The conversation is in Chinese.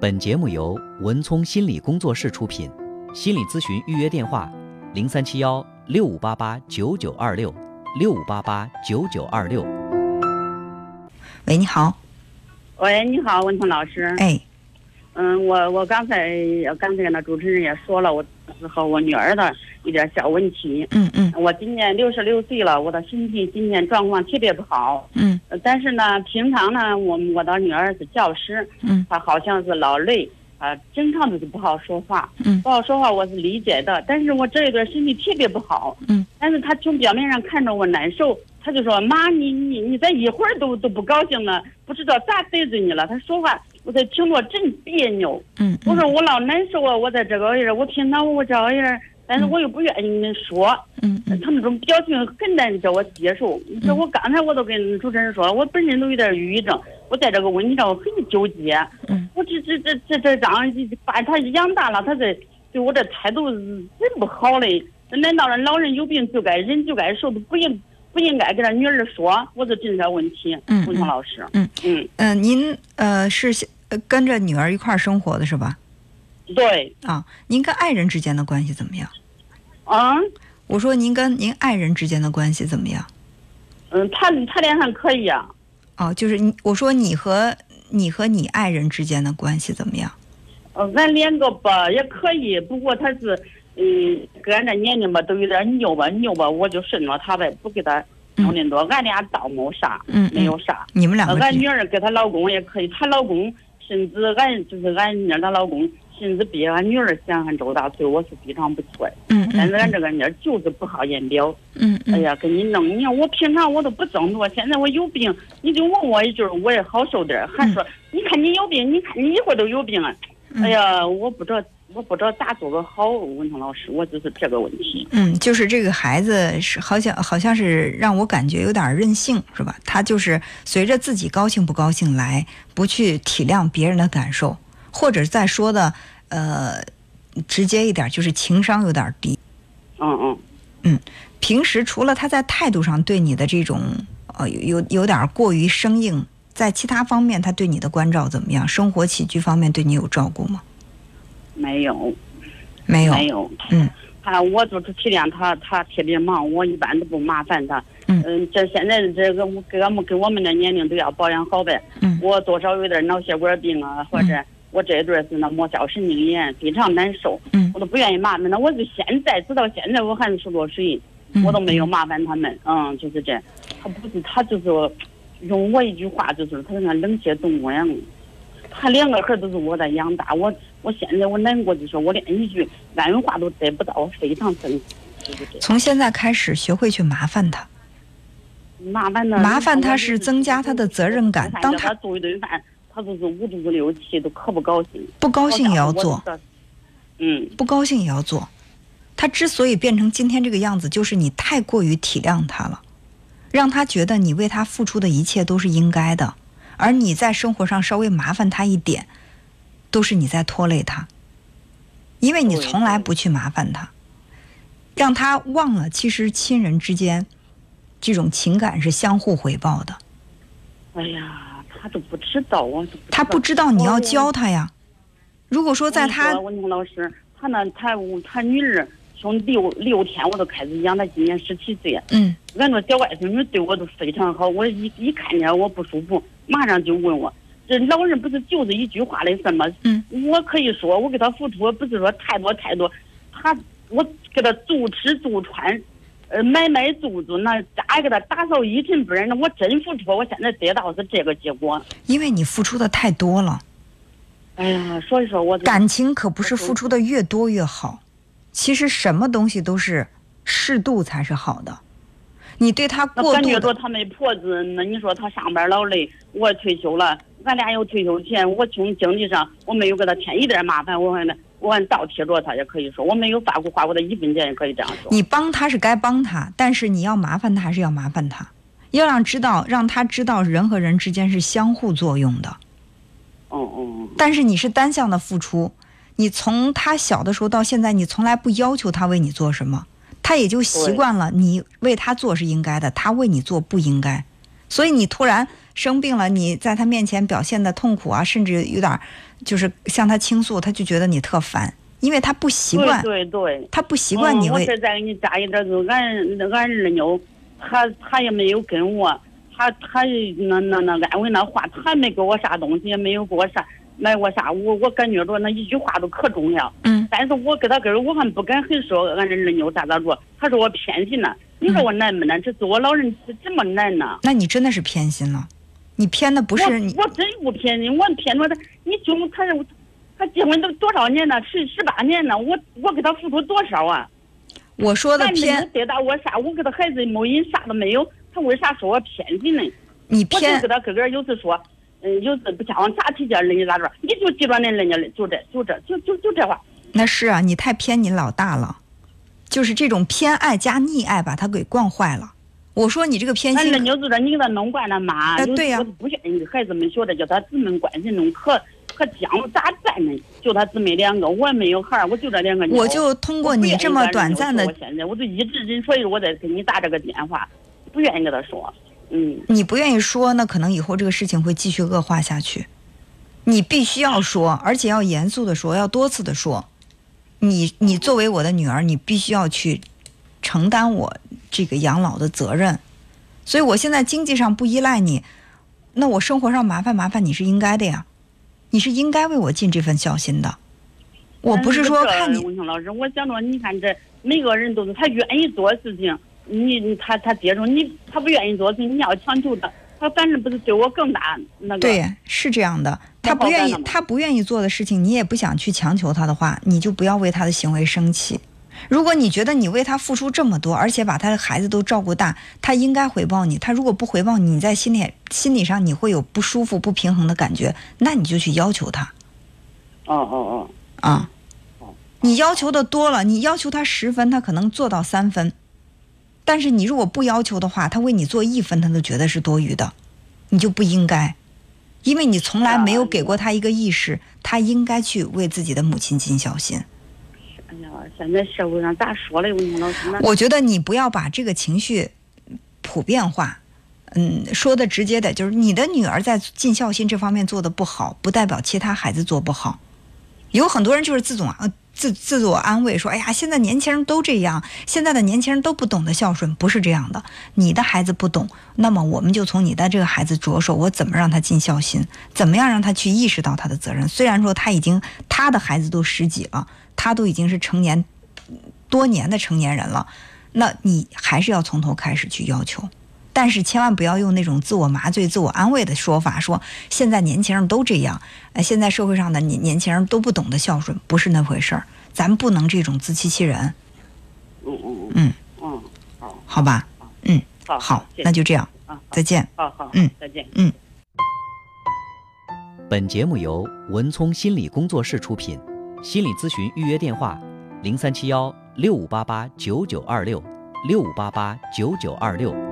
本节目由文聪心理工作室出品，心理咨询预约电话：零三七幺六五八八九九二六六五八八九九二六。喂，你好，喂，你好，文聪老师。哎，嗯，我我刚才刚才那主持人也说了，我和我女儿的一点小问题。嗯嗯我今年六十六岁了，我的身体今年状况特别不好。嗯呃但是呢，平常呢，我我的女儿是教师，嗯她好像是老累啊，经常就是不好说话。嗯不好说话我是理解的，但是我这一段身体特别不好。嗯，但是她从表面上看着我难受，她就说：“妈，你你你咋一会儿都都不高兴呢？不知道咋对着你了。”她说话我在听着真别扭。嗯，我说我老难受啊，我在这个样儿，我平常我这个样儿，但是我又不愿意跟你说。嗯嗯他那种表情更难叫我接受。你说我刚才我都跟主持人说了，我本身都有点抑郁症，我在这个问题上我很纠结。嗯，我这这这这这张把他养大了，他这对我这态度真不好嘞。难道人老人有病就该人就该受，不应不应该跟他女儿说？我是真这问题。嗯嗯文聪老师。嗯嗯，呃，您呃是现呃跟着女儿一块儿生活的是吧？对，啊，您跟爱人之间的关系怎么样？嗯我说您跟您爱人之间的关系怎么样？嗯，他他脸上可以啊，哦，就是你我说你和你和你爱人之间的关系怎么样？呃，俺两个吧也可以，不过他是，嗯，跟俺这年龄吧都有点拗吧拗吧，我就顺着他呗，不给他弄那么多。俺俩倒没啥，嗯，嗯没有啥。你们两呃个俺之女间儿跟她老公也可以，她老公甚至俺就是俺妮儿她老公，甚至比俺女儿显俺周大岁，我是非常不错的。嗯但是俺嗯这个妮儿就是不好言表，嗯哎嗯呀，给你弄，你看我平常我都不争着，现在我有病，你就问我一句，我也好受点儿。还说，你看你有病，你看你一会儿都有病啊。嗯哎呀，我不知道，我不知道咋做个好，文成老师，我就是这个问题。嗯，就是这个孩子是好像好像是让我感觉有点任性是吧？他就是随着自己高兴不高兴来，不去体谅别人的感受，或者再说的呃直接一点，就是情商有点低。嗯嗯平时除了他在态度上对你的这种呃有有有点儿过于生硬，在其他方面他对你的关照怎么样？生活起居方面对你有照顾吗？没有，没有。没有。嗯。啊，我就是体谅他，他特别忙，我一般都不麻烦他。嗯这现在这个我给我们给我们的年龄都要保养好呗。嗯我多少有点脑血管病啊，或者我这一段是那末梢神经炎，非常难受。嗯我都不愿意麻烦他，我就现在直到现在我还是十多岁，嗯我都没有麻烦他们。嗯，就是这，他不是他就是，用我一句话就是他那冷血动物样。他两个孩子都是我在养大，我我现在我难过就是我连一句安慰话都得不到，我非常生气，就是这。从现在开始学会去麻烦他。麻烦他，麻烦他是增加他的责任感我看当着他他做一顿饭，他就是五肚子六气，都可不高兴。不高兴也要好家伙做，。我这嗯，不高兴也要做。他之所以变成今天这个样子，就是你太过于体谅他了，让他觉得你为他付出的一切都是应该的，而你在生活上稍微麻烦他一点，都是你在拖累他，因为你对从来对不去麻烦他，让他忘了其实亲人之间这种情感是相互回报的。哎呀，他都不知道啊，都他不知道知道你要哦教他呀。如果说在他嗯我跟你说文聪老师，他那他他女儿从六六天我都开始养，他今年十七岁。嗯俺那小外孙女对我都非常好，我一一看见我不舒服，马上就问我。这老人不是就是一句话的事吗？嗯，我可以说，我给他付出不是说太多太多，他我给他住吃住穿，呃，买买住住，那家给他打扫一尘不染，那我真付出，我现在得到是这个结果。因为你付出的太多了。哎呀，所以说我这感情可不是付出的越多越好，其实什么东西都是适度才是好的。你对他那过感度觉着的，他们婆子，那你说他上班老累，我退休了，俺俩有退休钱，我从经济上我没有给他添一点麻烦，我还能我还倒贴着他也可以说，我没有发过花过他一分钱也可以这样说。你帮他是该帮他，但是你要麻烦他还是要麻烦他，要让知道让他知道人和人之间是相互作用的。嗯嗯但是你是单向的付出，你从他小的时候到现在，你从来不要求他为你做什么，他也就习惯了你为他做是应该的，他为你做不应该。所以你突然生病了，你在他面前表现的痛苦啊，甚至有点儿就是向他倾诉，他就觉得你特烦，因为他不习惯，对对对，他不习惯你嗯我为这再给你加一点儿，就是俺俺二妞，她她也没有跟我，她她那那那安慰那话，她没给我啥东西，也没有给我啥买我啥，我我感觉着那一句话都可重要。嗯但是我给他跟我还不敢很说俺这二妞咋咋着，他说我偏心呢。你嗯说我难不难？这做老人这这么难呢？那你真的是偏心了，你偏的不是你我，我真不偏心，我偏着他。你就他是他结婚都多少年了？十十八年了，我我给他付出多少啊？我说的他没有偏，得到我啥，我给他孩子没人啥都没有，他为啥说我偏心呢？你我就偏给他哥哥有次说，嗯，有次不像我咋提见人家咋着，你就记着那人家了就这就这就就就这话。那是啊，你太偏你老大了，就是这种偏爱加溺爱把他给惯坏了。我说你这个偏俺心这，妞子这，你给他弄惯了妈，哎有对呀我不愿意给孩子们学的，叫他姊妹关系弄可可僵了咋办呢？就他姊妹两个，我也没有孩儿，我就这两个妞。我就通过我不你愿意这跟么俺这短妞暂说的我现在我就一直，所以我在给你打这个电话，不愿意跟他说，嗯。你不愿意说，那可能以后这个事情会继续恶化下去。你必须要说，而且要严肃的说，要多次的说。你你作为我的女儿，你必须要去承担我这个养老的责任。所以我现在经济上不依赖你，那我生活上麻烦麻烦你是应该的呀，你是应该为我尽这份孝心的。我不嗯哎是说看你，文强老师，我想着你看这每个人都是他愿意做的事情，你你他他接受你，他不愿意做的事情，你要强求他，他反正不是对我更大那个。，对，是这样的。他那不好愿办意了，吗他不愿意做的事情，你也不想去强求他的话，你就不要为他的行为生气。如果你觉得你为他付出这么多，而且把他的孩子都照顾大，他应该回报你。他如果不回报你，你在心里心理上你会有不舒服、不平衡的感觉，那你就去要求他哦哦啊。你要求的多了，你要求他十分，他可能做到三分，但是你如果不要求的话，他为你做一分，他都觉得是多余的，你就不应该，因为你从来没有给过他一个意识，他应该去为自己的母亲尽孝心。哦，哎呀，现在社会上咋说嘞，文强老师？那我觉得你不要把这个情绪普遍化。嗯，说的直接点，就是你的女儿在尽孝心这方面做的不好，不代表其他孩子做不好。有很多人就是自总啊自自我安慰说，哎呀，现在年轻人都这样，现在的年轻人都不懂得孝顺，不是这样的。你的孩子不懂，那么我们就从你的这个孩子着手，我怎么让他尽孝心，怎么样让他去意识到他的责任。虽然说他已经他的孩子都十几了，他都已经是成年多年的成年人了，那你还是要从头开始去要求。但是千万不要用那种自我麻醉、自我安慰的说法，说现在年轻人都这样，呃，现在社会上的年年轻人都不懂得孝顺，不是那回事儿。咱不能这种自欺欺人，嗯嗯嗯嗯，好吧？好，好，谢谢那就这样，啊，好再见。好好，嗯，再见。本节目由文聪心理工作室出品，心理咨询预约电话：零三七幺六五八八九九二六六五八八九九二六。